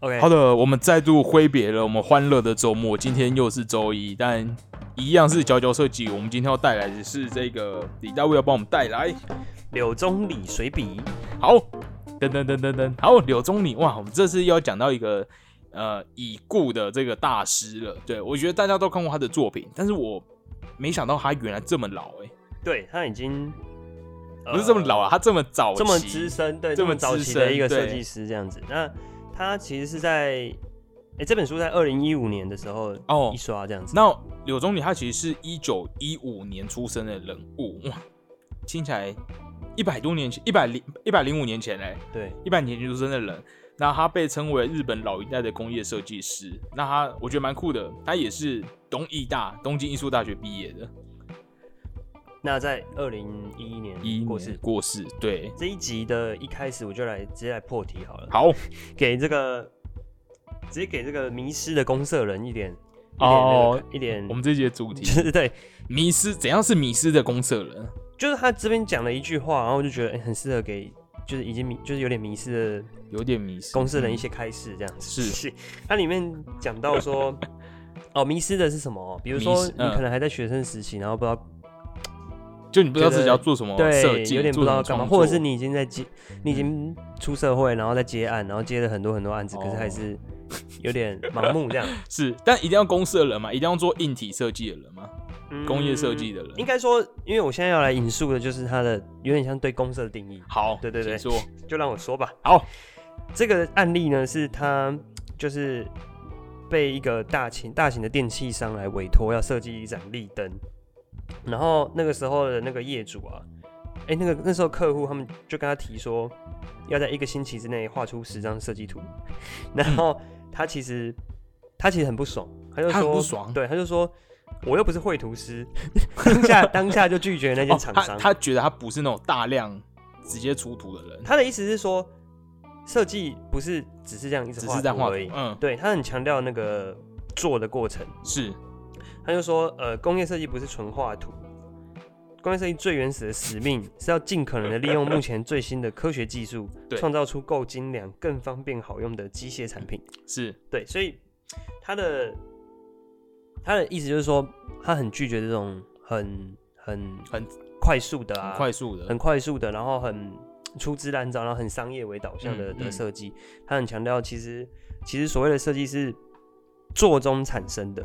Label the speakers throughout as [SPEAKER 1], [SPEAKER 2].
[SPEAKER 1] OK，
[SPEAKER 2] 好的，我们再度挥别了我们欢乐的周末，今天又是周一，但一样是佼佼设计。我们今天要带来的是这个李大卫要帮我们带来，
[SPEAKER 1] 柳宗理随笔，
[SPEAKER 2] 好，噔噔噔噔噔，好，柳宗理，哇，我们这次要讲到一个呃已故的这个大师了。对我觉得大家都看过他的作品，但是我没想到他原来这么老、欸，
[SPEAKER 1] 对他已经、呃
[SPEAKER 2] 不是这么老啊，他这么早期，
[SPEAKER 1] 这么资深，对，
[SPEAKER 2] 这
[SPEAKER 1] 这
[SPEAKER 2] 么
[SPEAKER 1] 么早
[SPEAKER 2] 资
[SPEAKER 1] 期的
[SPEAKER 2] 深
[SPEAKER 1] 一个设
[SPEAKER 2] 对
[SPEAKER 1] 计师这样子。那他其实是在，哎、这本书在二零一五年的时候
[SPEAKER 2] 哦
[SPEAKER 1] 一。刷这样子，
[SPEAKER 2] 那柳宗理他其实是一九一五年出生的人物，哇，听起来一百多年前，一百零一百零五年前嘞、
[SPEAKER 1] 对，
[SPEAKER 2] 一百年前出生的人。那他被称为日本老一代的工业设计师。那他我觉得蛮酷的，他也是东艺大东京艺术大学毕业的，
[SPEAKER 1] 那在二零一一
[SPEAKER 2] 一
[SPEAKER 1] 年过世。
[SPEAKER 2] 过世，对，
[SPEAKER 1] 这一集的一开始我就来直接来破题好了，
[SPEAKER 2] 好，
[SPEAKER 1] 给这个直接给这个迷失的公社人一点
[SPEAKER 2] 哦
[SPEAKER 1] 一点那个、一点
[SPEAKER 2] 我们这节主
[SPEAKER 1] 就
[SPEAKER 2] 题
[SPEAKER 1] 是对，
[SPEAKER 2] 迷失，怎样是迷失的公社人？
[SPEAKER 1] 就是他这边讲了一句话，然后我就觉得、哎很适合给就是已经迷就是有点迷失的
[SPEAKER 2] 有点迷失，
[SPEAKER 1] 公社人一些开示这样子。
[SPEAKER 2] 是
[SPEAKER 1] 它里面讲到说，哦，迷失的是什么？比如说
[SPEAKER 2] 迷失
[SPEAKER 1] 你
[SPEAKER 2] 嗯
[SPEAKER 1] 可能还在学生时期，然后不知道
[SPEAKER 2] 就你不知道自己要做什么哦设
[SPEAKER 1] 对，
[SPEAKER 2] 计，
[SPEAKER 1] 有点不知道干嘛，
[SPEAKER 2] 做什么创作嗯
[SPEAKER 1] 或者是你已经在接，你已经出社会，然后在接案，然后接了很多很多案子，可是还
[SPEAKER 2] 哦
[SPEAKER 1] 是有点盲目这样。
[SPEAKER 2] 是，但一定要公社人嘛，一定要做硬体设计的人嘛， 工业设计
[SPEAKER 1] 嗯
[SPEAKER 2] 的人
[SPEAKER 1] 应该说，因为我现在要来引述的就是它的有点像对公社的定义，
[SPEAKER 2] 好，
[SPEAKER 1] 对对对
[SPEAKER 2] 请说
[SPEAKER 1] 就让我说吧。
[SPEAKER 2] 好，
[SPEAKER 1] 这个案例呢是他就是被一个大型大型的电器商来委托要设计一盏立灯，然后那个时候的那个业主啊，哎、那个那时候客户他们就跟他提说，要在一个星期之内画出十张设计图，
[SPEAKER 2] 嗯
[SPEAKER 1] 然后他其实他其实很不爽，他就
[SPEAKER 2] 他很
[SPEAKER 1] 说
[SPEAKER 2] 不爽
[SPEAKER 1] 对，他就说。我又不是绘图师， 当下当下就拒绝那间
[SPEAKER 2] 哦
[SPEAKER 1] 厂商、
[SPEAKER 2] 他他觉得他不是那种大量直接出图的人，
[SPEAKER 1] 他的意思是说，设计不是只是这样一直
[SPEAKER 2] 只
[SPEAKER 1] 画
[SPEAKER 2] 是在
[SPEAKER 1] 图
[SPEAKER 2] 画图
[SPEAKER 1] 而已，，
[SPEAKER 2] 嗯，
[SPEAKER 1] 对他很强调那个做的过程，
[SPEAKER 2] 是
[SPEAKER 1] 他就说，呃，工业设计不是纯画图，工业设计最原始的使命是要尽可能的利用目前最新的科学技术，
[SPEAKER 2] 对
[SPEAKER 1] 创造出够精良、更方便、好用的机械产品。
[SPEAKER 2] 是，
[SPEAKER 1] 对，所以他的他的意思就是说，他很拒绝这种很很
[SPEAKER 2] 很
[SPEAKER 1] 快速的啊，
[SPEAKER 2] 很快速的
[SPEAKER 1] 很，快速的，然后很粗制滥造，然后很商业为导向的
[SPEAKER 2] 嗯
[SPEAKER 1] 的
[SPEAKER 2] 嗯
[SPEAKER 1] 设计。他很强调，其实其实所谓的设计是做中产生的，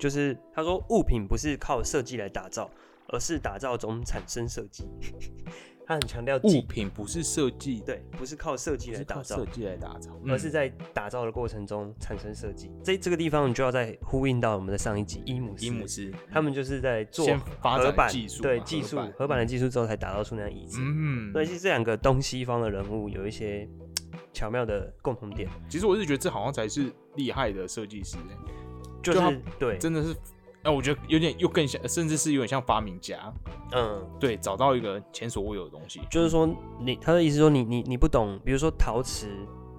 [SPEAKER 1] 就是他说物品不是靠设计来打造，而是打造中产生设计。 他很强调
[SPEAKER 2] 物
[SPEAKER 1] 技，
[SPEAKER 2] 品不是设计，
[SPEAKER 1] 对，不是靠设计
[SPEAKER 2] 不
[SPEAKER 1] 来
[SPEAKER 2] 是
[SPEAKER 1] 打
[SPEAKER 2] 靠
[SPEAKER 1] 造
[SPEAKER 2] 设。计来打造，
[SPEAKER 1] 而是
[SPEAKER 2] 嗯
[SPEAKER 1] 在打造的过程中产生设计，这这个地方你就要再呼应到我们的上一集伊姆斯，
[SPEAKER 2] 伊姆斯
[SPEAKER 1] 他们就是在做
[SPEAKER 2] 先发
[SPEAKER 1] 合
[SPEAKER 2] 展
[SPEAKER 1] 板
[SPEAKER 2] 技术嘛，
[SPEAKER 1] 对技术合板的技术之后才打造出那样椅子。
[SPEAKER 2] 嗯，
[SPEAKER 1] 所以其实这两个东西方的人物有一些嘖巧妙的共同点，
[SPEAKER 2] 其实我是觉得这好像才是厉害的设计师，欸
[SPEAKER 1] 就
[SPEAKER 2] 就他
[SPEAKER 1] 是对，
[SPEAKER 2] 真的是，哎，我觉得有点又更像，甚至是有点像发明家，
[SPEAKER 1] 嗯，
[SPEAKER 2] 对，找到一个前所未有的东西，
[SPEAKER 1] 就是说你他的意思说你你你不懂，比如说陶瓷，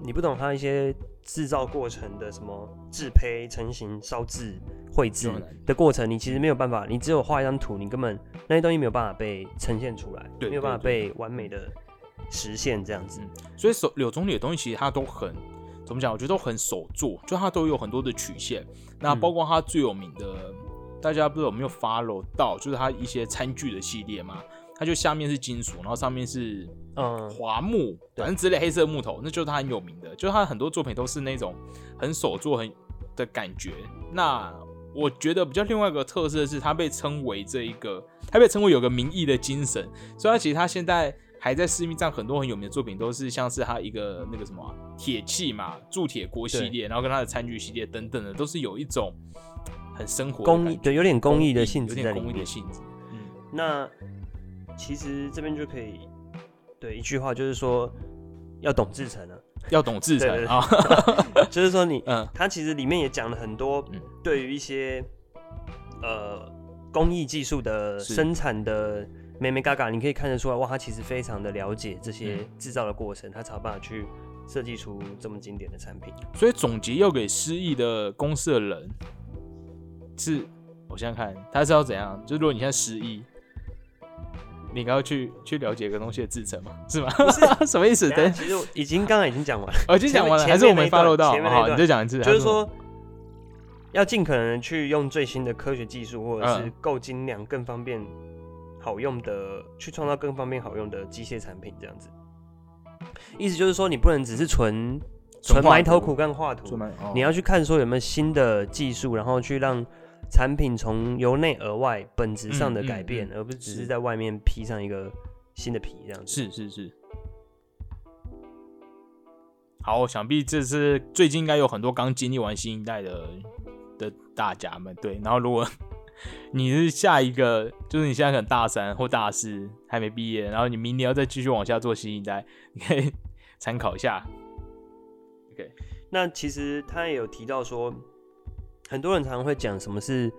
[SPEAKER 1] 你不懂它一些制造过程的什么制胚、成型、烧制、绘制
[SPEAKER 2] 有难
[SPEAKER 1] 的过程，你其实没有办法，你只有画一张图，你根本那些东西没有办法被呈现出来，
[SPEAKER 2] 对
[SPEAKER 1] 没有办法
[SPEAKER 2] 对
[SPEAKER 1] 被完美的实现这样子
[SPEAKER 2] 嗯。所以手柳宗理的东西其实他都很怎么讲？我觉得都很手做，就他都有很多的曲线。那
[SPEAKER 1] 嗯
[SPEAKER 2] 包括他最有名的，大家不知道有没有 follow 到，就是他一些餐具的系列嘛。它就下面是金属，然后上面是
[SPEAKER 1] 嗯，
[SPEAKER 2] 桦木，反正之类黑色木头，那就是他很有名的。就是他很多作品都是那种很手做很的感觉。那我觉得比较另外一个特色是，他被称为这一个，他被称为有个名义的精神。所以他其实他现在还在市面上很多很有名的作品都是像是他一个那个什么啊铁器嘛，铸铁锅系列，然后跟他的餐具系列等等的，都是有一种很生活的
[SPEAKER 1] 工
[SPEAKER 2] 感
[SPEAKER 1] 艺
[SPEAKER 2] 觉
[SPEAKER 1] 对有点工艺的性
[SPEAKER 2] 有
[SPEAKER 1] 质在
[SPEAKER 2] 点
[SPEAKER 1] 里
[SPEAKER 2] 工艺
[SPEAKER 1] 面
[SPEAKER 2] 的。性质。嗯，
[SPEAKER 1] 那其实这边就可以，对一句话就是说，要懂制成啊，
[SPEAKER 2] 要懂制
[SPEAKER 1] 对
[SPEAKER 2] 成
[SPEAKER 1] 对对
[SPEAKER 2] 啊，
[SPEAKER 1] 就是说你，
[SPEAKER 2] 嗯，
[SPEAKER 1] 它其实里面也讲了很多
[SPEAKER 2] 嗯
[SPEAKER 1] 对于一些、呃工艺技术的
[SPEAKER 2] 是
[SPEAKER 1] 生产的美美嘎嘎，你可以看得出来，哇，他其实非常的了解这些
[SPEAKER 2] 嗯
[SPEAKER 1] 制造的过程，他才有办法去设计出这么经典的产品。
[SPEAKER 2] 所以总结要给失忆的公社人是，我想想看，他是要怎样？就如果你现在失忆，你刚刚去去了解一个东西的制成嘛，是吗？
[SPEAKER 1] 不是
[SPEAKER 2] 什么意思？
[SPEAKER 1] 等一
[SPEAKER 2] 等
[SPEAKER 1] 下，，其实我已经刚刚已经讲完了，
[SPEAKER 2] 我已经讲完了，
[SPEAKER 1] 前面
[SPEAKER 2] 还是我没
[SPEAKER 1] 前面那一
[SPEAKER 2] follow
[SPEAKER 1] 段
[SPEAKER 2] 到？
[SPEAKER 1] 前面那一
[SPEAKER 2] 好，
[SPEAKER 1] 段
[SPEAKER 2] 你再讲一次。
[SPEAKER 1] 就
[SPEAKER 2] 还
[SPEAKER 1] 是说要尽可能去用最新的科学技术，或者是
[SPEAKER 2] 嗯
[SPEAKER 1] 够精良、更方便、好用的，去创造更方便好用的机械产品，这样子。意思就是说，你不能只是纯
[SPEAKER 2] 纯
[SPEAKER 1] 纯埋头
[SPEAKER 2] 画图
[SPEAKER 1] 苦干画图
[SPEAKER 2] 什，么，哦
[SPEAKER 1] 你要去看说有没有新的技术，然后去让产品从由内而外本质上的
[SPEAKER 2] 嗯嗯
[SPEAKER 1] 改变，
[SPEAKER 2] 嗯
[SPEAKER 1] 而不是只
[SPEAKER 2] 是
[SPEAKER 1] 是在外面披上一个新的皮这样子。
[SPEAKER 2] 是是是。好，想必这是最近应该有很多刚经历完新一代的的大家们，对。然后如果你是下一个，就是你现在可能大三或大四还没毕业，然后你明年要再继续往下做新一代，你可以 参考一下。
[SPEAKER 1] 那其实他也有提到说，很多人常常会讲什么是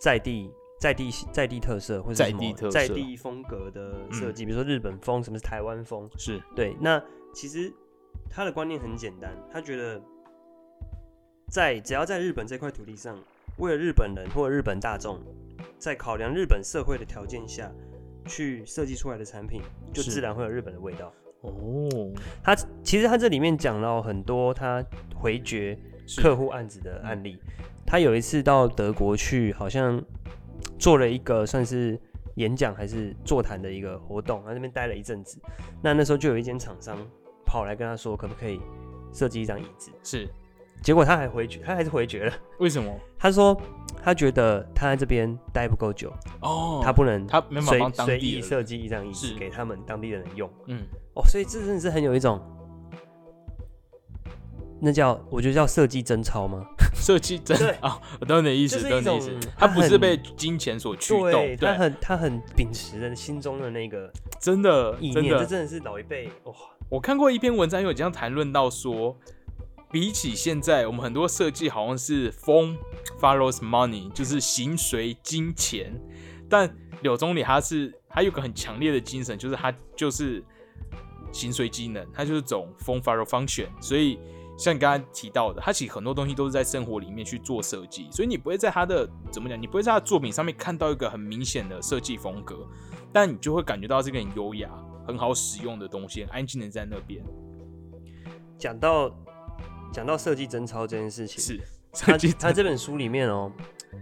[SPEAKER 1] 在地、在地、在地特色，或者是
[SPEAKER 2] 在
[SPEAKER 1] 什么
[SPEAKER 2] 地特色嗯
[SPEAKER 1] 在地风格的设计，比如说日本风，什么是台湾风。
[SPEAKER 2] 是，
[SPEAKER 1] 对，那其实他的观念很简单，他觉得在只要在日本这块土地上，为了日本人或者日本大众，在考量日本社会的条件下去设计出来的产品，就是自然会有日本的味道。
[SPEAKER 2] 哦，
[SPEAKER 1] 他其实他这里面讲到很多他回绝
[SPEAKER 2] 是
[SPEAKER 1] 客户案子的案例。他有一次到德国去，好像做了一个算是演讲还是座谈的一个活动，他那边待了一阵子。那那时候就有一间厂商跑来跟他说，可不可以设计一张椅子？
[SPEAKER 2] 是，
[SPEAKER 1] 结果他还回绝，他还是回绝了。
[SPEAKER 2] 为什么？
[SPEAKER 1] 他说他觉得他在这边待不够久，
[SPEAKER 2] 哦，
[SPEAKER 1] 他不能
[SPEAKER 2] 他没办法
[SPEAKER 1] 随
[SPEAKER 2] 帮当
[SPEAKER 1] 随
[SPEAKER 2] 地
[SPEAKER 1] 意
[SPEAKER 2] 人，
[SPEAKER 1] 设计一张椅子
[SPEAKER 2] 是
[SPEAKER 1] 给他们当地人用。
[SPEAKER 2] 嗯，
[SPEAKER 1] 哦，所以这真的是很有一种，那叫我觉得叫设计贞操吗？
[SPEAKER 2] 设计真
[SPEAKER 1] 对
[SPEAKER 2] 啊，我懂你的意思，
[SPEAKER 1] 就是
[SPEAKER 2] 懂你的意
[SPEAKER 1] 一种
[SPEAKER 2] 思，
[SPEAKER 1] 他
[SPEAKER 2] 他不是
[SPEAKER 1] 很
[SPEAKER 2] 被金钱所驱动，对，
[SPEAKER 1] 他很他很秉持着心中的那个
[SPEAKER 2] 真的，
[SPEAKER 1] 意
[SPEAKER 2] 真
[SPEAKER 1] 念，这
[SPEAKER 2] 的，
[SPEAKER 1] 真的是老一辈哦哇，
[SPEAKER 2] 我看过一篇文章，有这样谈论到说，比起现在我们很多设计好像是风 follows money，就是形随金钱，但柳宗理他是他有个很强烈的精神，就是他就是形随机能，他就是走风 follow function，所以。像你刚刚提到的，他其实很多东西都是在生活里面去做设计，所以你不会在他的怎么讲，你不会在他的作品上面看到一个很明显的设计风格，但你就会感觉到这个很优雅、很好使用的东西，很安静的在那边。
[SPEAKER 1] 讲到讲到设计贞操这件事情，
[SPEAKER 2] 是
[SPEAKER 1] 他
[SPEAKER 2] 设计
[SPEAKER 1] 他这本书里面 哦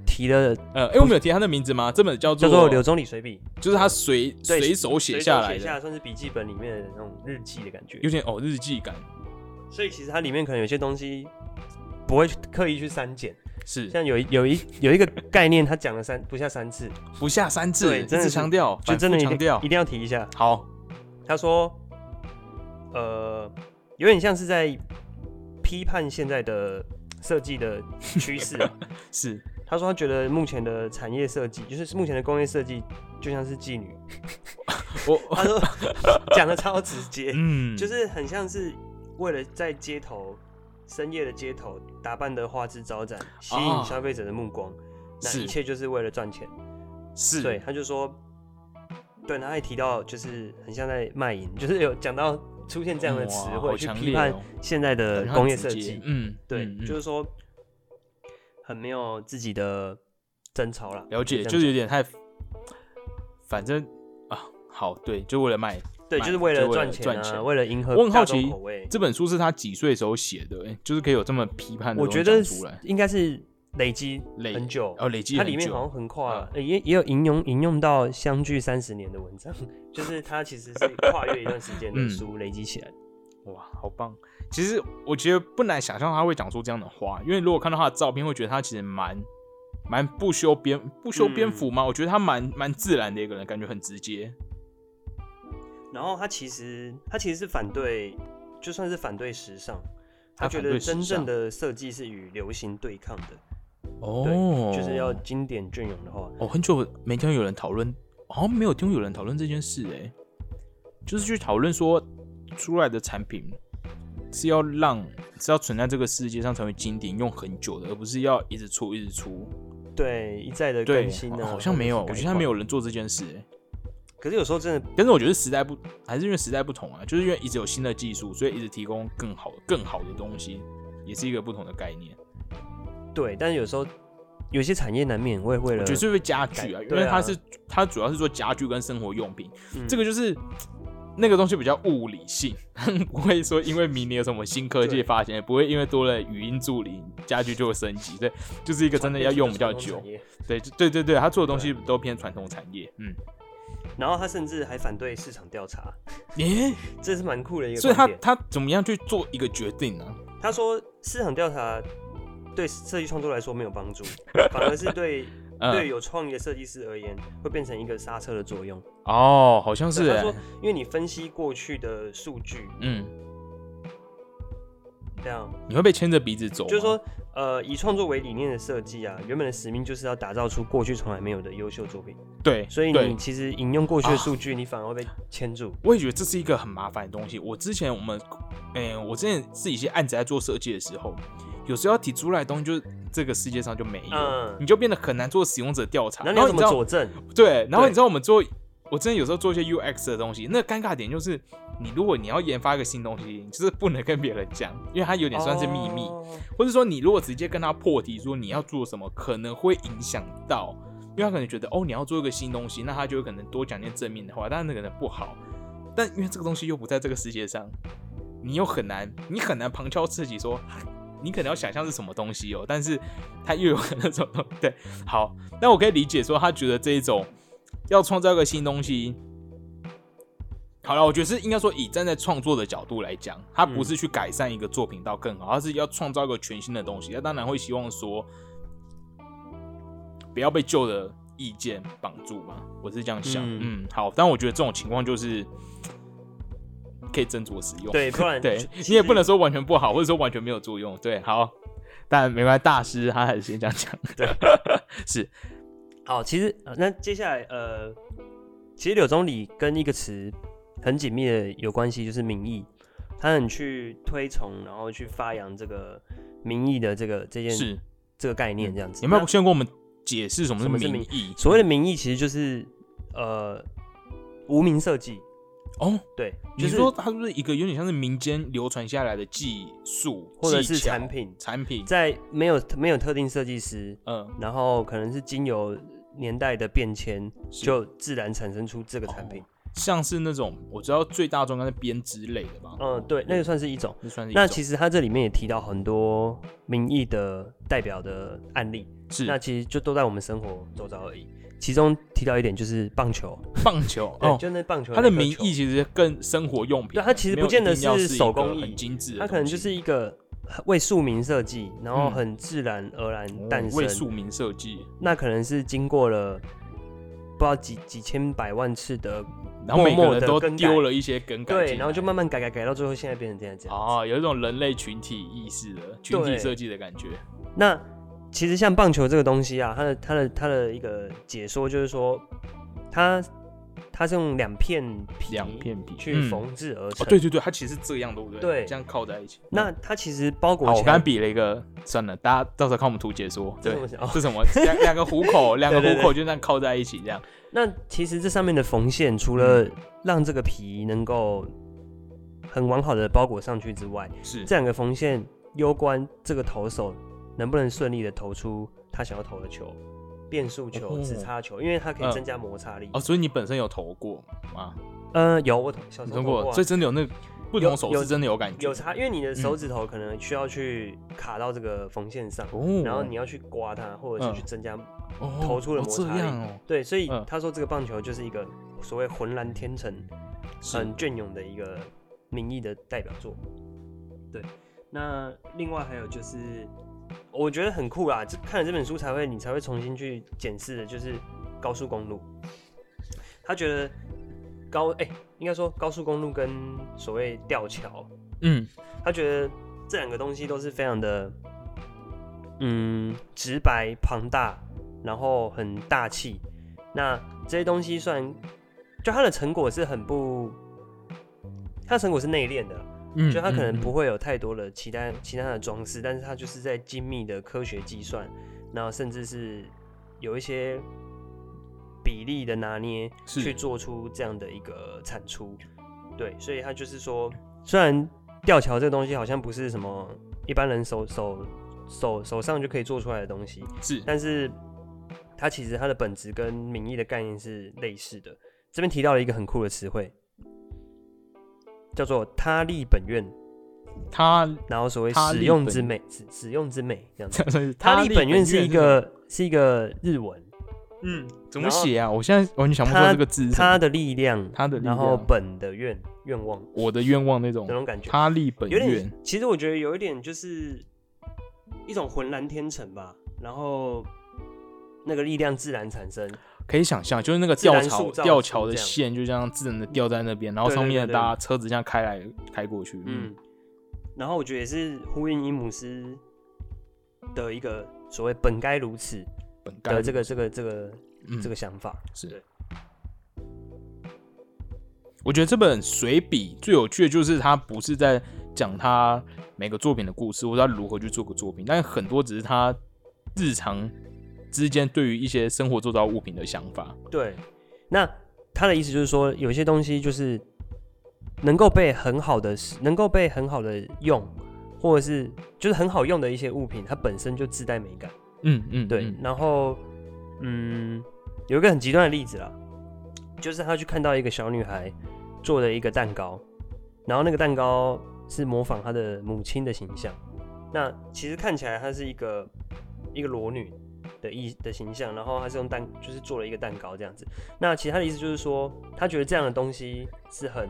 [SPEAKER 1] 提了
[SPEAKER 2] 呃，哎、我们有提他的名字吗？这本叫做
[SPEAKER 1] 叫做柳宗理随笔，
[SPEAKER 2] 就是他随
[SPEAKER 1] 对
[SPEAKER 2] 随手写下来
[SPEAKER 1] 随手写下
[SPEAKER 2] 的，
[SPEAKER 1] 算是笔记本里面的那种日记的感觉
[SPEAKER 2] 有，点哦日记感，
[SPEAKER 1] 所以其实它里面可能有些东西不会去刻意去删减，
[SPEAKER 2] 是
[SPEAKER 1] 像有一有一有一个概念，他讲了三不下三次，
[SPEAKER 2] 不下三字，
[SPEAKER 1] 对
[SPEAKER 2] 一
[SPEAKER 1] 真的
[SPEAKER 2] 直
[SPEAKER 1] 是
[SPEAKER 2] 强调，
[SPEAKER 1] 就
[SPEAKER 2] 反
[SPEAKER 1] 真
[SPEAKER 2] 复
[SPEAKER 1] 的一
[SPEAKER 2] 强
[SPEAKER 1] 定
[SPEAKER 2] 调
[SPEAKER 1] 一。定要提一下。
[SPEAKER 2] 好，
[SPEAKER 1] 他说，呃，有点像是在批判现在的设计的趋势 啊。
[SPEAKER 2] 是
[SPEAKER 1] 他说他觉得目前的产业设计，就是目前的工业设计，就像是妓
[SPEAKER 2] 哦
[SPEAKER 1] 女。
[SPEAKER 2] 我
[SPEAKER 1] 他 说讲的超直接，
[SPEAKER 2] 嗯，
[SPEAKER 1] 就是很像是为了在街头深夜的街头打扮的花枝招展，吸
[SPEAKER 2] 啊
[SPEAKER 1] 引消费者的目光。那
[SPEAKER 2] 是
[SPEAKER 1] 一切就是为了赚钱。
[SPEAKER 2] 是
[SPEAKER 1] 对，他就说，对，他还提到就是很像在卖淫，就是有讲到出现这样的词
[SPEAKER 2] 哇
[SPEAKER 1] 汇
[SPEAKER 2] 好
[SPEAKER 1] 去
[SPEAKER 2] 强
[SPEAKER 1] 批
[SPEAKER 2] 烈
[SPEAKER 1] 判
[SPEAKER 2] 哦
[SPEAKER 1] 现在的
[SPEAKER 2] 感觉他
[SPEAKER 1] 工业
[SPEAKER 2] 直
[SPEAKER 1] 设
[SPEAKER 2] 接
[SPEAKER 1] 计，
[SPEAKER 2] 嗯，
[SPEAKER 1] 对，
[SPEAKER 2] 嗯嗯
[SPEAKER 1] 就是说很没有自己的争吵啦，
[SPEAKER 2] 了解，
[SPEAKER 1] 这样
[SPEAKER 2] 就是有点太，反正啊，好，对，就为了卖。
[SPEAKER 1] 对，
[SPEAKER 2] 买
[SPEAKER 1] 就是为
[SPEAKER 2] 就
[SPEAKER 1] 了
[SPEAKER 2] 为了
[SPEAKER 1] 赚钱
[SPEAKER 2] 赚
[SPEAKER 1] 啊，
[SPEAKER 2] 钱
[SPEAKER 1] 为了迎合
[SPEAKER 2] 我很好
[SPEAKER 1] 大众
[SPEAKER 2] 奇
[SPEAKER 1] 口味，
[SPEAKER 2] 这本书是他几岁时候写的、哎就是可以有这么批判的
[SPEAKER 1] 我
[SPEAKER 2] 东
[SPEAKER 1] 觉
[SPEAKER 2] 西
[SPEAKER 1] 得
[SPEAKER 2] 讲出来，
[SPEAKER 1] 应该是累积
[SPEAKER 2] 累
[SPEAKER 1] 很久。
[SPEAKER 2] 哦，累积
[SPEAKER 1] 它
[SPEAKER 2] 很
[SPEAKER 1] 里
[SPEAKER 2] 久。啊
[SPEAKER 1] 面好像横跨，呃也也有引用引用到相距三十年的文章， 就是它其实是跨越一段时间的
[SPEAKER 2] 嗯
[SPEAKER 1] 书累积起来的。
[SPEAKER 2] 哇，好棒！其实我觉得不难想象他会讲出这样的话，因为如果看到他的照片，会觉得他其实蛮蛮不修边不修边
[SPEAKER 1] 嗯
[SPEAKER 2] 幅嘛。我觉得他蛮蛮自然的一个人，感觉很直接。
[SPEAKER 1] 然后他其实他其实是反对，就算是反对时尚，他
[SPEAKER 2] 他
[SPEAKER 1] 觉
[SPEAKER 2] 反对
[SPEAKER 1] 得
[SPEAKER 2] 时尚
[SPEAKER 1] 真正的设计是与流行对抗的，
[SPEAKER 2] 哦
[SPEAKER 1] 就是要经典隽永的话，
[SPEAKER 2] 哦，很久没听到有人讨论，好像没有听过有人讨论这件事哎、就是去讨论说出来的产品是要让是要存在这个世界上成为经典，用很久的，而不是要一直出一直出。
[SPEAKER 1] 对一再的
[SPEAKER 2] 对
[SPEAKER 1] 更新，啊，
[SPEAKER 2] 好像没有，我觉得他没
[SPEAKER 1] 有。
[SPEAKER 2] 有人做这件事、哎。
[SPEAKER 1] 可是有时候真的
[SPEAKER 2] 但是我觉得时代不还是因为时代不同啊，就是因为一直有新的技术，所以一直提供更好更好的东西，也是一个不同的概念。
[SPEAKER 1] 对，但是有时候有些产业难免会为了
[SPEAKER 2] 我觉得是会家具啊，因
[SPEAKER 1] 呃对
[SPEAKER 2] 为它
[SPEAKER 1] 啊
[SPEAKER 2] 是它主要是做家具跟生活用品，
[SPEAKER 1] 嗯
[SPEAKER 2] 这个就是那个东西比较物理性， 不会说因为明年有什么新科技
[SPEAKER 1] 对
[SPEAKER 2] 发现，不会因为多了语音助理，家具就会升级，对，就是一个真的要用比较
[SPEAKER 1] 传
[SPEAKER 2] 久
[SPEAKER 1] 统产，业
[SPEAKER 2] 对，就对对对，他做的东西都偏传统产业，嗯，
[SPEAKER 1] 然后他甚至还反对市场调查，
[SPEAKER 2] 耶，
[SPEAKER 1] 这是蛮酷的一个
[SPEAKER 2] 所以他
[SPEAKER 1] 观点。
[SPEAKER 2] 他怎么样去做一个决定啊呢、
[SPEAKER 1] 他说市场调查对设计创作来说没有帮 助，反而是对对
[SPEAKER 2] 嗯，
[SPEAKER 1] 有创意的设计师而言会变成一个刹车的作用。
[SPEAKER 2] 哦，好像是、
[SPEAKER 1] 对他
[SPEAKER 2] 欸
[SPEAKER 1] 说，，因为你分析过去的数据，
[SPEAKER 2] 嗯，啊
[SPEAKER 1] 这样
[SPEAKER 2] 你会被牵着鼻子走吗，
[SPEAKER 1] 就是说，呃，以创作为理念的设计啊，原本的使命就是要打造出过去从来没有的优秀作品。
[SPEAKER 2] 对，
[SPEAKER 1] 所以
[SPEAKER 2] 对
[SPEAKER 1] 你其实引用过去的
[SPEAKER 2] 啊
[SPEAKER 1] 数据，你反而会被牵住。
[SPEAKER 2] 我也觉得这是一个很麻烦的东西。我之前我们，哎、我之前自己一些案子在做设计的时候，有时候要提出来的东西，就是这个世界上就没有，
[SPEAKER 1] 嗯
[SPEAKER 2] 你就变得很难做使用者调查。
[SPEAKER 1] 然后
[SPEAKER 2] 然
[SPEAKER 1] 你要
[SPEAKER 2] 后
[SPEAKER 1] 怎
[SPEAKER 2] 你知
[SPEAKER 1] 么佐
[SPEAKER 2] 道，
[SPEAKER 1] 证？
[SPEAKER 2] 对，然后
[SPEAKER 1] 对
[SPEAKER 2] 你知道我们做，我之前有时候做一些 UX 的东西，那尴尬点就是，你如果你要研发一个新东西，你就是不能跟别人讲，因为它有点算是秘密，
[SPEAKER 1] 哦
[SPEAKER 2] 或者说你如果直接跟他破题说你要做什么，可能会影响到。因为他可能觉得哦，你要做一个新东西，那他就有可能多讲点正面的话，但是那个人不好。但因为这个东西又不在这个世界上，你又很难，你很难旁敲侧击说，哈你可能要想象是什么东西哦，但是他又有可能什么东 对。好，那我可以理解说他觉得这一种要创造一个新东西。好了，我觉得是应该说以站在创作的角度来讲，他不是去改善一个作品到更好，他是要创造一个全新的东西。他当然会希望说，不要被旧的意见绑住嘛，我是这样想。嗯
[SPEAKER 1] 嗯
[SPEAKER 2] 好，但我觉得这种情况就是可以斟酌使用。
[SPEAKER 1] 对，不然
[SPEAKER 2] 对
[SPEAKER 1] 其其
[SPEAKER 2] 你也
[SPEAKER 1] 实
[SPEAKER 2] 不能说完全不好，或者说完全没有作用。对，好，但没关系，大师他还是先这样 讲。
[SPEAKER 1] 对，
[SPEAKER 2] 是，
[SPEAKER 1] 好。其实呃那接下来呃，其实柳宗理跟一个词很紧密的有关系，就是民意。他很去推崇，然后去发扬这个民意的这个这件
[SPEAKER 2] 是，嗯
[SPEAKER 1] 这个概念，这样子。
[SPEAKER 2] 有没有
[SPEAKER 1] 那
[SPEAKER 2] 先跟我们解释什么是
[SPEAKER 1] 什么是
[SPEAKER 2] 民
[SPEAKER 1] 民
[SPEAKER 2] 意？
[SPEAKER 1] 所谓的民意其实就是呃无名设计，
[SPEAKER 2] 哦，
[SPEAKER 1] 对，
[SPEAKER 2] 你
[SPEAKER 1] 就是
[SPEAKER 2] 说它是不是一个有点像是民间流传下来的技术
[SPEAKER 1] 或者是
[SPEAKER 2] 技巧
[SPEAKER 1] 产品
[SPEAKER 2] 产品？
[SPEAKER 1] 在没有没有特定设计师，
[SPEAKER 2] 嗯，
[SPEAKER 1] 然后可能是经由年代的变迁，
[SPEAKER 2] 是
[SPEAKER 1] 就自然产生出这个产品
[SPEAKER 2] 哦。像是那种我知道最大众应该是编织类的吧？
[SPEAKER 1] 嗯，对，那个算是一种。
[SPEAKER 2] 那算是一
[SPEAKER 1] 那
[SPEAKER 2] 种
[SPEAKER 1] 其实它这里面也提到很多民意的代表的案例，
[SPEAKER 2] 是
[SPEAKER 1] 那其实就都在我们生活周遭而已。其中提到一点就是棒球，
[SPEAKER 2] 棒球
[SPEAKER 1] 对，
[SPEAKER 2] 哦，
[SPEAKER 1] 就那棒球
[SPEAKER 2] 它的
[SPEAKER 1] 那个
[SPEAKER 2] 名
[SPEAKER 1] 球
[SPEAKER 2] 义其实更生活用品的，
[SPEAKER 1] 对它其实
[SPEAKER 2] 没有
[SPEAKER 1] 不见得
[SPEAKER 2] 一定要
[SPEAKER 1] 是
[SPEAKER 2] 是一
[SPEAKER 1] 手
[SPEAKER 2] 个
[SPEAKER 1] 工艺
[SPEAKER 2] 很精致的
[SPEAKER 1] 它
[SPEAKER 2] 东西，
[SPEAKER 1] 可能就是一个呃为庶民设计，然后
[SPEAKER 2] 嗯
[SPEAKER 1] 很自然而然
[SPEAKER 2] 哦
[SPEAKER 1] 诞生。
[SPEAKER 2] 为庶民设计，
[SPEAKER 1] 那可能是经过了不知道几几千百万次的
[SPEAKER 2] 然后每
[SPEAKER 1] 默
[SPEAKER 2] 个
[SPEAKER 1] 默
[SPEAKER 2] 人
[SPEAKER 1] 地
[SPEAKER 2] 都
[SPEAKER 1] 更改
[SPEAKER 2] 丢了一些更改进来，
[SPEAKER 1] 对，然后就慢慢改改改到最后现在变成这样这样。
[SPEAKER 2] 哦，有一种人类群体意识的群体
[SPEAKER 1] 对
[SPEAKER 2] 设计的感觉，
[SPEAKER 1] 那其实像棒球这个东西啊，它的它的它的一个解说就是说，它它是用两片皮
[SPEAKER 2] 两片皮
[SPEAKER 1] 去缝制而
[SPEAKER 2] 哦，
[SPEAKER 1] 成。
[SPEAKER 2] 对对对，它其实是这样，对不对？
[SPEAKER 1] 对
[SPEAKER 2] 这样靠在一起。
[SPEAKER 1] 那它其实包裹
[SPEAKER 2] 啊好，我
[SPEAKER 1] 起
[SPEAKER 2] 刚刚
[SPEAKER 1] 来，
[SPEAKER 2] 比了一个，算了，大家到时候看我们图解说，对
[SPEAKER 1] 这么，想哦
[SPEAKER 2] 是什么？两两个虎 口，两个
[SPEAKER 1] 对对
[SPEAKER 2] 虎口就这样靠在一起，这样。
[SPEAKER 1] 那其实这上面的缝线除了
[SPEAKER 2] 嗯
[SPEAKER 1] 让这个皮能够很完好的包裹上去之外，
[SPEAKER 2] 是
[SPEAKER 1] 这两个缝线攸关这个投手能不能顺利的投出他想要投的球，变速球、
[SPEAKER 2] 哦
[SPEAKER 1] 直插球，因为它可
[SPEAKER 2] 嗯
[SPEAKER 1] 以增加摩擦力。
[SPEAKER 2] 哦，所以你本身有投过吗？
[SPEAKER 1] 呃，有我投小
[SPEAKER 2] 你
[SPEAKER 1] 时候
[SPEAKER 2] 投
[SPEAKER 1] 投过
[SPEAKER 2] 过，
[SPEAKER 1] 啊
[SPEAKER 2] 所以真的有那不同手
[SPEAKER 1] 有
[SPEAKER 2] 势，真的有感觉
[SPEAKER 1] 有。差，因为你
[SPEAKER 2] 嗯
[SPEAKER 1] 的手指头可能需要去卡到这个缝线上，
[SPEAKER 2] 哦
[SPEAKER 1] 然后你要去刮它，或者是去增加、
[SPEAKER 2] 哦
[SPEAKER 1] 投出了
[SPEAKER 2] 哦
[SPEAKER 1] 摩
[SPEAKER 2] 这
[SPEAKER 1] 擦力
[SPEAKER 2] 样哦，
[SPEAKER 1] 对，所以
[SPEAKER 2] 嗯
[SPEAKER 1] 他说这个棒球就是一个所谓浑然天成、
[SPEAKER 2] 是
[SPEAKER 1] 很隽永的一个民意的代表作。对，那另外还有就是，我觉得很酷啦，就看了这本书才会你才会重新去检视的，就是高速公路。他觉得高哎、应该说高速公路跟所谓吊桥，
[SPEAKER 2] 嗯，
[SPEAKER 1] 他觉得这两个东西都是非常的，嗯，直白、庞大，然后很大气。那这些东西算，就它的成果是很不，它的成果是内敛的啦，
[SPEAKER 2] 嗯
[SPEAKER 1] 就它可能
[SPEAKER 2] 嗯嗯
[SPEAKER 1] 不会有太多的其他其他的装饰，但是它就是在精密的科学计算，然后甚至是有一些比例的拿捏，
[SPEAKER 2] 是
[SPEAKER 1] 去做出这样的一个产出。对，所以它就是说，虽然吊桥这个东西好像不是什么一般人手手手手上就可以做出来的东西，
[SPEAKER 2] 是
[SPEAKER 1] 但是它其实它的本质跟名义的概念是类似的。这边提到了一个很酷的词汇，叫做他立本愿，
[SPEAKER 2] 他
[SPEAKER 1] 然后所谓
[SPEAKER 2] 他
[SPEAKER 1] 使
[SPEAKER 2] 立
[SPEAKER 1] 用
[SPEAKER 2] 本
[SPEAKER 1] 之美，使使用之美这样子。
[SPEAKER 2] 他
[SPEAKER 1] 他立本愿是一
[SPEAKER 2] 本愿
[SPEAKER 1] 个是一个日文，
[SPEAKER 2] 嗯，怎么写啊？我现在完全想不出
[SPEAKER 1] 他
[SPEAKER 2] 这个字是什么。
[SPEAKER 1] 他的力量，
[SPEAKER 2] 他的力
[SPEAKER 1] 然后
[SPEAKER 2] 量
[SPEAKER 1] 本的愿愿望
[SPEAKER 2] 我的愿望那种
[SPEAKER 1] 那，种感觉，
[SPEAKER 2] 他立本
[SPEAKER 1] 有
[SPEAKER 2] 愿
[SPEAKER 1] 点，其实我觉得有一点就是一种浑然天成吧，然后那个力量自然产生，
[SPEAKER 2] 可以想象，就是那个
[SPEAKER 1] 自
[SPEAKER 2] 吊
[SPEAKER 1] 然
[SPEAKER 2] 桥
[SPEAKER 1] 塑造
[SPEAKER 2] 吊
[SPEAKER 1] 出
[SPEAKER 2] 桥的
[SPEAKER 1] 这样
[SPEAKER 2] 线就这样自然的吊在那边，然后
[SPEAKER 1] 对
[SPEAKER 2] 上
[SPEAKER 1] 对
[SPEAKER 2] 面
[SPEAKER 1] 对
[SPEAKER 2] 的大家车子这样开来开过去。嗯
[SPEAKER 1] 嗯，然后我觉得也是呼应伊姆斯的一个所谓本该如此
[SPEAKER 2] 本该
[SPEAKER 1] 的这个这个这个
[SPEAKER 2] 嗯
[SPEAKER 1] 这个想法，
[SPEAKER 2] 是
[SPEAKER 1] 对。
[SPEAKER 2] 我觉得这本随笔最有趣的就是它不是在讲他每个作品的故事，或者他如何去做个作品，但很多只是他日常之间对于一些生活周遭物品的想法。
[SPEAKER 1] 对。那他的意思就是说，有一些东西就是能够被很好的使、能够被很好的用，或者是就是很好用的一些物品，它本身就自带美感。
[SPEAKER 2] 嗯嗯，
[SPEAKER 1] 对，
[SPEAKER 2] 嗯
[SPEAKER 1] 然后嗯，有一个很极端的例子啦，就是他去看到一个小女孩做的一个蛋糕，然后那个蛋糕是模仿她的母亲的形象，那其实看起来她是一个一个裸女的意的形象，然后她是用蛋就是做了一个蛋糕这样子。那其实他的意思就是说，他觉得这样的东西是很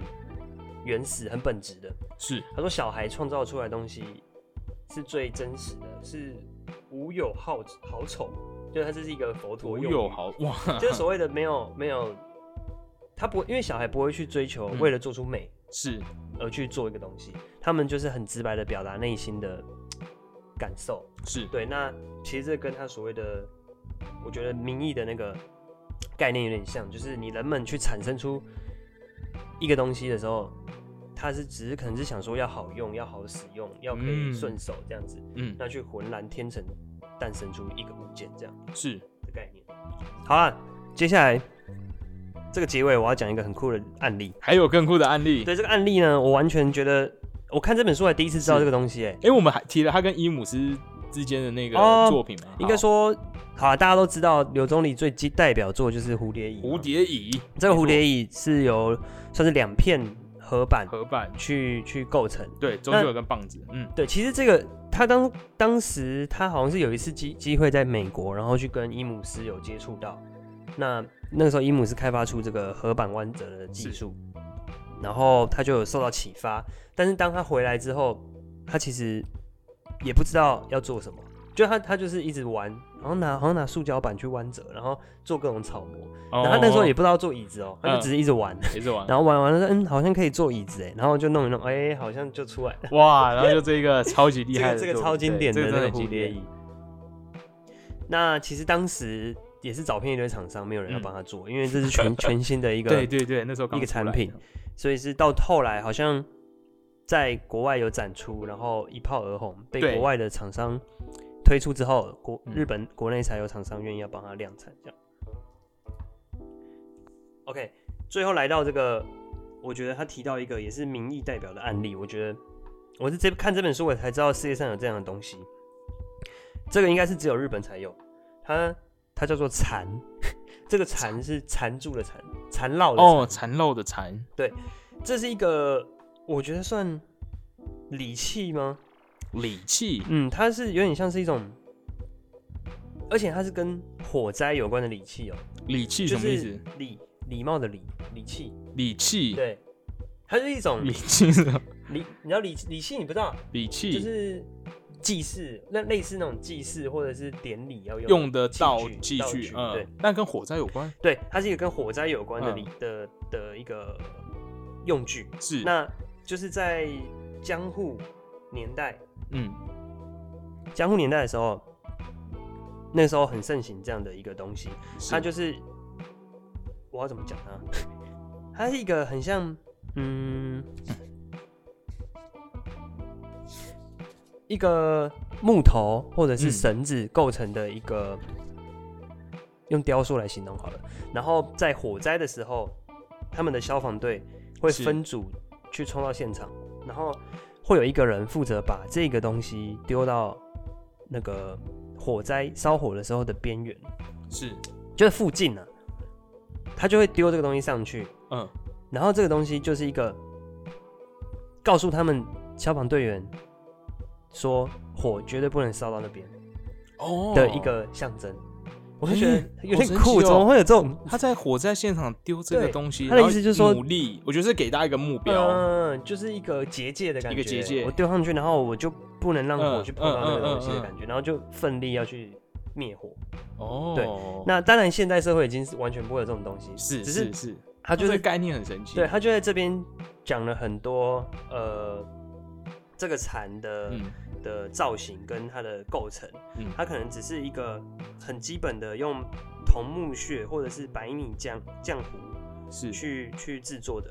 [SPEAKER 1] 原始、很本质的，
[SPEAKER 2] 是
[SPEAKER 1] 他说小孩创造出来的东西是最真实的，是无有好好丑，就是他这是一个佛
[SPEAKER 2] 我
[SPEAKER 1] 陀用
[SPEAKER 2] 有
[SPEAKER 1] 语，
[SPEAKER 2] 好哇，
[SPEAKER 1] 就是所谓的没有没有，他不会因为小孩不会去追求
[SPEAKER 2] 嗯
[SPEAKER 1] 为了做出美
[SPEAKER 2] 是
[SPEAKER 1] 而去做一个东西，他们就是很直白的表达内心的感受。
[SPEAKER 2] 是
[SPEAKER 1] 对，那其实这跟他所谓的，我觉得民意的那个概念有点像，就是你人们去产生出一个东西的时候，他是只是可能是想说要好用、要好使用、要可以
[SPEAKER 2] 嗯
[SPEAKER 1] 顺手这样子，
[SPEAKER 2] 嗯
[SPEAKER 1] 那去浑然天成诞生出一个物件这样
[SPEAKER 2] 是
[SPEAKER 1] 的概念。好啦，接下来这个结尾我要讲一个很酷的案例。
[SPEAKER 2] 还有更酷的案例。
[SPEAKER 1] 对这个案例呢，我完全觉得，我看这本书还第一次知道这个东西、欸，
[SPEAKER 2] 哎、我们还提了他跟伊姆斯之间的那个
[SPEAKER 1] 哦
[SPEAKER 2] 作品嘛，
[SPEAKER 1] 应该
[SPEAKER 2] 好
[SPEAKER 1] 说，好、啊，大家都知道柳宗理最基代表作就是《蝴蝶椅》。
[SPEAKER 2] 蝴，蝶椅，
[SPEAKER 1] 这个《
[SPEAKER 2] 没
[SPEAKER 1] 蝴
[SPEAKER 2] 错
[SPEAKER 1] 蝶椅》是由算是两片合板
[SPEAKER 2] 合办，
[SPEAKER 1] 去去构成。
[SPEAKER 2] 对，中间有根棒子，嗯，
[SPEAKER 1] 对，其实这个他当当时他好像是有一次机机会在美国，然后去跟伊姆斯有接触到。那那个时候伊姆斯开发出这个合板弯折的技术，然后他就有受到启发。但是当他回来之后，他其实也不知道要做什么，就他他就是一直玩，然后拿好像拿塑胶板去弯折，然后做各种草模。
[SPEAKER 2] 然
[SPEAKER 1] 然后他那时候也不知道做椅子哦，他就只是一直玩。
[SPEAKER 2] 也是玩，
[SPEAKER 1] 然后玩完了说，嗯，好像可以做椅子哎，然后就弄一弄，哎，好像就出来了。
[SPEAKER 2] 哇，然后就这个超级厉
[SPEAKER 1] 这
[SPEAKER 2] 害
[SPEAKER 1] 个
[SPEAKER 2] 的作
[SPEAKER 1] 这
[SPEAKER 2] 品，
[SPEAKER 1] 个超经
[SPEAKER 2] 对
[SPEAKER 1] 典
[SPEAKER 2] 这
[SPEAKER 1] 的
[SPEAKER 2] 个
[SPEAKER 1] 那个
[SPEAKER 2] 真的很
[SPEAKER 1] 蝴
[SPEAKER 2] 经
[SPEAKER 1] 蝶
[SPEAKER 2] 典
[SPEAKER 1] 椅。那其实当时也是找遍一堆厂商，没有人要帮他做，因为这是全全新的一
[SPEAKER 2] 对
[SPEAKER 1] 个，
[SPEAKER 2] 对对，那时候刚
[SPEAKER 1] 一个
[SPEAKER 2] 出来
[SPEAKER 1] 产品
[SPEAKER 2] 的，
[SPEAKER 1] 所以是到后来好像在国外有展出，然后一炮而红，被
[SPEAKER 2] 对
[SPEAKER 1] 国外的厂商推出之后，国
[SPEAKER 2] 嗯
[SPEAKER 1] 日本国内才有厂商愿意要帮他量产这样。OK，最后来到这个，我觉得他提到一个也是民意代表的案例，我觉得我是这看这本书我才知道世界上有这样的东西，这个应该是只有日本才有，它它叫做缠， 这个缠是缠住的缠，缠绕的缠
[SPEAKER 2] 哦，缠绕的缠，
[SPEAKER 1] 这是一个我觉得算礼器吗？
[SPEAKER 2] 理气，
[SPEAKER 1] 嗯，它是有点像是一种，而且它是跟火灾有关的礼器哦、
[SPEAKER 2] 理气
[SPEAKER 1] 就
[SPEAKER 2] 什么意
[SPEAKER 1] 是
[SPEAKER 2] 思？
[SPEAKER 1] 礼礼貌的礼礼器，
[SPEAKER 2] 理气，
[SPEAKER 1] 对，它是一种
[SPEAKER 2] 理气是什么？
[SPEAKER 1] 礼，你知道礼礼器你不知道，
[SPEAKER 2] 理
[SPEAKER 1] 就
[SPEAKER 2] 气
[SPEAKER 1] 是祭祀，那类似那种祭祀或者是典礼要用
[SPEAKER 2] 用的
[SPEAKER 1] 器
[SPEAKER 2] 道
[SPEAKER 1] 具
[SPEAKER 2] 器
[SPEAKER 1] 道
[SPEAKER 2] 具，
[SPEAKER 1] 对
[SPEAKER 2] 嗯，那跟火灾有关，
[SPEAKER 1] 对，它是一个跟火灾有关的
[SPEAKER 2] 嗯
[SPEAKER 1] 礼的的一个用具，
[SPEAKER 2] 是，
[SPEAKER 1] 那就是在江户年代。
[SPEAKER 2] 嗯，
[SPEAKER 1] 江户年代的时候，那时候很盛行这样的一个东西，
[SPEAKER 2] 是
[SPEAKER 1] 它就是我要怎么讲它？ 它是一个很像，嗯，一个木头或者是
[SPEAKER 2] 嗯
[SPEAKER 1] 绳子构成的一个，用雕塑来形容好了。然后在火灾的时候，他们的消防队会
[SPEAKER 2] 是
[SPEAKER 1] 分组去冲到现场，然后会有一个人负责把这个东西丢到那个火灾烧火的时候的边缘，
[SPEAKER 2] 是，
[SPEAKER 1] 就是附近啊，他就会丢这个东西上去，
[SPEAKER 2] 嗯，
[SPEAKER 1] 然后这个东西就是一个告诉他们消防队员说火绝对不能烧到那边
[SPEAKER 2] 哦
[SPEAKER 1] 的一，个象征。我就觉
[SPEAKER 2] 哎
[SPEAKER 1] 得有
[SPEAKER 2] 好
[SPEAKER 1] 点
[SPEAKER 2] 神
[SPEAKER 1] 酷，
[SPEAKER 2] 奇哦
[SPEAKER 1] 怎么会有这种？
[SPEAKER 2] 他在火灾现场丢这个
[SPEAKER 1] 对
[SPEAKER 2] 东西，
[SPEAKER 1] 他的
[SPEAKER 2] 然
[SPEAKER 1] 意
[SPEAKER 2] 后
[SPEAKER 1] 思就是说
[SPEAKER 2] 努力，我觉得是给大家一个目标，
[SPEAKER 1] 嗯，就是一个结界的感觉，
[SPEAKER 2] 啊一个结界
[SPEAKER 1] 我丢上去，然后我就不能让火
[SPEAKER 2] 嗯
[SPEAKER 1] 去碰到那个
[SPEAKER 2] 嗯嗯
[SPEAKER 1] 东西
[SPEAKER 2] 嗯
[SPEAKER 1] 的
[SPEAKER 2] 嗯
[SPEAKER 1] 感觉，然后就奋力要去灭火。
[SPEAKER 2] 哦，
[SPEAKER 1] 对那当然，现代社会已经是完全不会有这种东西，
[SPEAKER 2] 是
[SPEAKER 1] 只
[SPEAKER 2] 是
[SPEAKER 1] 是
[SPEAKER 2] 是，
[SPEAKER 1] 他就
[SPEAKER 2] 这个
[SPEAKER 1] 是
[SPEAKER 2] 概念很神奇，
[SPEAKER 1] 对，他就在这边讲了很多呃这个蝉的、
[SPEAKER 2] 嗯
[SPEAKER 1] 的造型跟它的构成，
[SPEAKER 2] 嗯
[SPEAKER 1] 它可能只是一个很基本的用桐木屑或者是白米浆浆糊
[SPEAKER 2] 是
[SPEAKER 1] 去去制作的，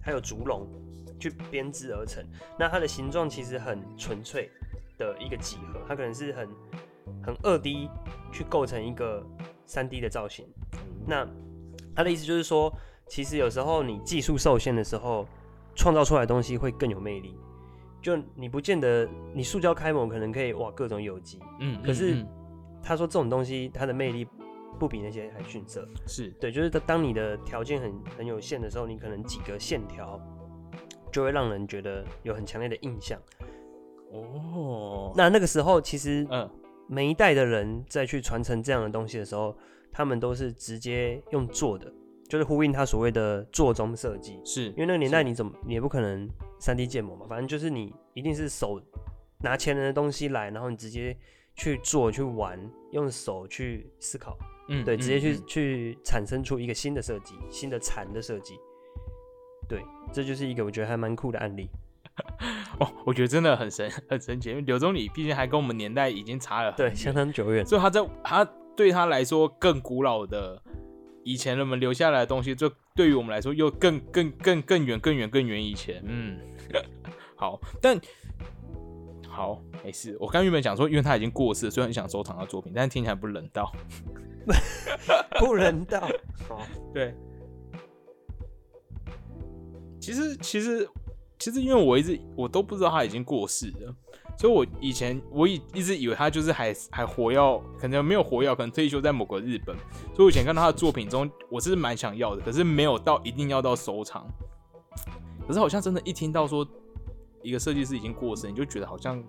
[SPEAKER 1] 还有竹笼去编织而成。那它的形状其实很纯粹的一个几何，它可能是很很二 D 去构成一个三 D 的造型。那他的意思就是说，其实有时候你技术受限的时候，创造出来的东西会更有魅力。就你不见得你塑胶开模可能可以哇各种有机，
[SPEAKER 2] 嗯，嗯
[SPEAKER 1] 可是
[SPEAKER 2] 嗯
[SPEAKER 1] 他说这种东西它的魅力不比那些还逊色。
[SPEAKER 2] 是
[SPEAKER 1] 对，就是当你的条件很很有限的时候，你可能几个线条就会让人觉得有很强烈的印象。
[SPEAKER 2] 哦，
[SPEAKER 1] 那那个时候，其实
[SPEAKER 2] 嗯
[SPEAKER 1] 每一代的人再去传承这样的东西的时候，他们都是直接用做的，就是呼应他所谓的做中设计。
[SPEAKER 2] 是，因
[SPEAKER 1] 因为那个年代你怎么你也不可能三 D 建模嘛，反正就是你一定是手拿前人的东西来，然后你直接去做去玩，用手去思考，
[SPEAKER 2] 嗯
[SPEAKER 1] 对，直接去、
[SPEAKER 2] 嗯
[SPEAKER 1] 去产生出一个新的设计，新的禅的设计。对，这就是一个我觉得还蛮酷的案例。
[SPEAKER 2] 哦，我觉得真的很神很神奇，因为刘总理毕竟还跟我们年代已经差了很
[SPEAKER 1] 对，
[SPEAKER 2] 远
[SPEAKER 1] 相当久远。
[SPEAKER 2] 所以他在他对他来说更古老的以前人们留下来的东西，就对于我们来说又更更更更远更远更远以前。嗯， 好，但好没事。我刚原本想说，因为他已经过世了，所以很想收藏他作品，但是听起来不人道。
[SPEAKER 1] 不人道。哦，
[SPEAKER 2] 对，其实其实其实，因为我一直我都不知道他已经过世了，所以我以前我以一直以为他就是还还活要，可能没有活要，可能退休在某个日本，所以我以前看到他的作品中，我是蛮想要的，可是没有到一定要到收藏。可是好像真的，一听到说一个设计师已经过世，你就觉得好像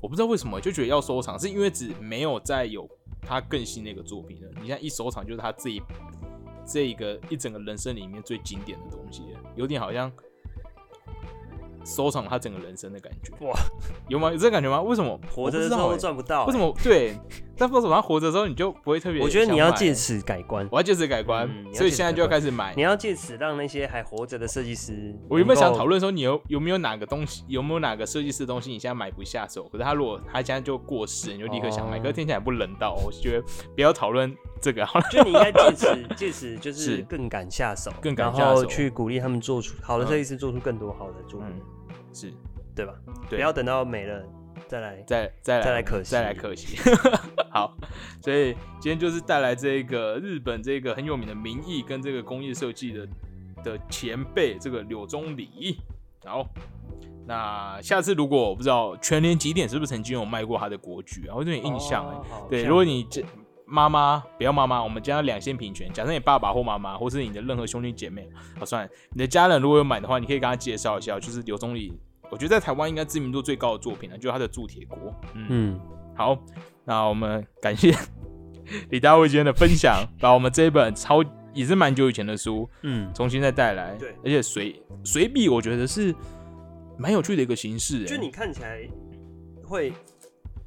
[SPEAKER 2] 我不知道为什么，就觉得要收藏，是因为只没有再有他更新的一个作品了。你现在一收藏，就是他这一这一个一整个人生里面最经典的东西了，有点好像收藏他整个人生的感觉。
[SPEAKER 1] 哇，
[SPEAKER 2] 有吗？有这个感觉吗？为什么
[SPEAKER 1] 活着
[SPEAKER 2] 我
[SPEAKER 1] 的
[SPEAKER 2] 不
[SPEAKER 1] 时
[SPEAKER 2] 知道
[SPEAKER 1] 候
[SPEAKER 2] 欸
[SPEAKER 1] 赚不到、
[SPEAKER 2] 为什？么？对，但不知道为什么他活着的时候你就不会特别想买？欸
[SPEAKER 1] 我觉得你要借此改观，
[SPEAKER 2] 我要借此改观，
[SPEAKER 1] 嗯你要
[SPEAKER 2] 所以
[SPEAKER 1] 借此
[SPEAKER 2] 现在就要开始买
[SPEAKER 1] 你。要借此让那些还活着的设计师，
[SPEAKER 2] 我原本想讨？论说，你有有没有哪个东西，有没有哪个设计师的东西你现在买不下手？可是他如果他现在就过世，你就立刻想买，
[SPEAKER 1] 哦
[SPEAKER 2] 可是听起来不人道，我觉得不要讨论这个好了。
[SPEAKER 1] 就你应该借此借此就是
[SPEAKER 2] 是
[SPEAKER 1] 更敢下手，
[SPEAKER 2] 更敢下手
[SPEAKER 1] 然后去鼓励他们做出好的
[SPEAKER 2] 嗯
[SPEAKER 1] 设计师做出更多好的作品，
[SPEAKER 2] 嗯，是，
[SPEAKER 1] 对吧？不
[SPEAKER 2] 对
[SPEAKER 1] 要等到没了再来。
[SPEAKER 2] 再再来
[SPEAKER 1] 再来可惜
[SPEAKER 2] 再来可惜。 好，所以今天就是带来这个日本这个很有名的名艺跟这个工业设计的的前辈这个柳宗理。好，那下次如果我不知道全年几点是不是曾经有卖过他的国剧啊，我有点印象哎、
[SPEAKER 1] 哦好
[SPEAKER 2] 对，
[SPEAKER 1] 像
[SPEAKER 2] 如果你这妈妈不要妈妈，我们家两性平权。假设你爸爸或妈妈，或是你的任何兄弟姐妹，好、算了，你的家人如果有买的话，你可以跟他介绍一下，就是刘总理，我觉得在台湾应该知名度最高的作品了，就是他的《铸铁锅》。嗯，
[SPEAKER 1] 嗯，
[SPEAKER 2] 好，那我们感谢 李大卫今天的分享，把我们这一本超也是蛮久以前的书
[SPEAKER 1] 嗯，
[SPEAKER 2] 重新再带来，
[SPEAKER 1] 对
[SPEAKER 2] 而且随随笔我觉得是蛮有趣的一个形式、欸，
[SPEAKER 1] 就你看起来会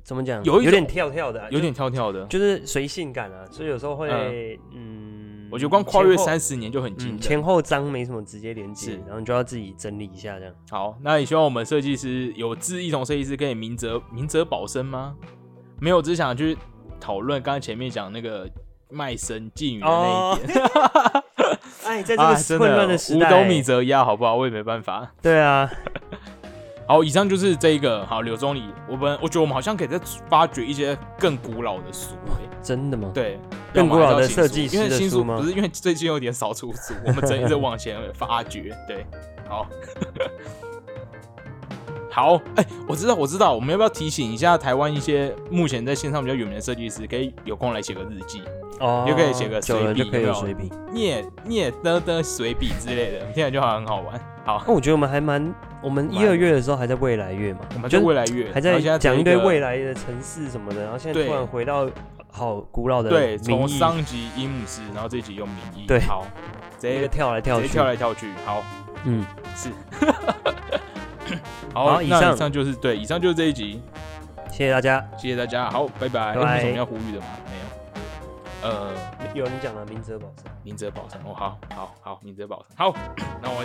[SPEAKER 1] 怎么讲？
[SPEAKER 2] 有一种
[SPEAKER 1] 有点跳跳的啊、
[SPEAKER 2] 有点跳跳的，
[SPEAKER 1] 就就是随性感啊，所以有时候会嗯，
[SPEAKER 2] 我觉得光跨越
[SPEAKER 1] 前后
[SPEAKER 2] 三十年就很
[SPEAKER 1] 嗯，
[SPEAKER 2] 惊人。
[SPEAKER 1] 前后章没什么直接连接
[SPEAKER 2] 是，
[SPEAKER 1] 然后你就要自己整理一下这样。
[SPEAKER 2] 好，那也希望我们设计师有志一同设计师可以明哲明哲保身吗？没有，只是想去讨论刚才前面讲那个卖身妓女的那一 点。
[SPEAKER 1] 哎，哦在
[SPEAKER 2] 哦啊，
[SPEAKER 1] 这
[SPEAKER 2] 真
[SPEAKER 1] 个混乱
[SPEAKER 2] 的
[SPEAKER 1] 时
[SPEAKER 2] 五
[SPEAKER 1] 代，
[SPEAKER 2] 斗米折腰，好不好？我也没办法。
[SPEAKER 1] 对啊，
[SPEAKER 2] 好，以上就是这一个。好，柳宗理，我们我觉得我们好像可以再发掘一些更古老的书、欸。
[SPEAKER 1] 真的吗？
[SPEAKER 2] 对，
[SPEAKER 1] 更古老的
[SPEAKER 2] 要么还是
[SPEAKER 1] 设
[SPEAKER 2] 要新书
[SPEAKER 1] 计师
[SPEAKER 2] 因为
[SPEAKER 1] 的
[SPEAKER 2] 新
[SPEAKER 1] 书
[SPEAKER 2] 书
[SPEAKER 1] 吗
[SPEAKER 2] 不是因为最近有点少出书， 我们整一直往前发掘。对，好。 好，哎、我知道，我知道，我们要不要提醒一下台湾一些目前在线上比较有名的设计师，可以有空来写个日记，
[SPEAKER 1] 哦，
[SPEAKER 2] 就可以写个
[SPEAKER 1] 久了
[SPEAKER 2] 随笔
[SPEAKER 1] 就可以
[SPEAKER 2] 有没
[SPEAKER 1] 有
[SPEAKER 2] 有
[SPEAKER 1] 随笔。
[SPEAKER 2] 聂聂的的随笔之类的，听起来就好像很好 玩。好，
[SPEAKER 1] 那我觉得我们还蛮，我们一
[SPEAKER 2] 蛮
[SPEAKER 1] 二月的时候还在未来月嘛，
[SPEAKER 2] 我们
[SPEAKER 1] 就
[SPEAKER 2] 就是未来月
[SPEAKER 1] 还
[SPEAKER 2] 然
[SPEAKER 1] 在
[SPEAKER 2] 后现在
[SPEAKER 1] 讲一堆未
[SPEAKER 2] 来，
[SPEAKER 1] 来的城市什么的，然后现在
[SPEAKER 2] 对
[SPEAKER 1] 突然回到好古老的
[SPEAKER 2] 对，
[SPEAKER 1] 民
[SPEAKER 2] 从
[SPEAKER 1] 意，
[SPEAKER 2] 上集伊姆斯，然后这集用民意，
[SPEAKER 1] 对
[SPEAKER 2] 好，直
[SPEAKER 1] 一
[SPEAKER 2] 接
[SPEAKER 1] 个哎跳来跳
[SPEAKER 2] 直接
[SPEAKER 1] 去，
[SPEAKER 2] 跳来跳去，好，
[SPEAKER 1] 嗯，
[SPEAKER 2] 是。好，
[SPEAKER 1] 好以
[SPEAKER 2] 那
[SPEAKER 1] 上
[SPEAKER 2] 以上就是对，以上就是这一集，
[SPEAKER 1] 谢谢大家。
[SPEAKER 2] 谢谢大家，好，拜拜。
[SPEAKER 1] 拜哎
[SPEAKER 2] 有
[SPEAKER 1] 拜
[SPEAKER 2] 什么要呼吁的吗？没有。呃，
[SPEAKER 1] 有人讲了明哲保身。
[SPEAKER 2] 明哲保身，哦，好好好，明哲保身，好，那我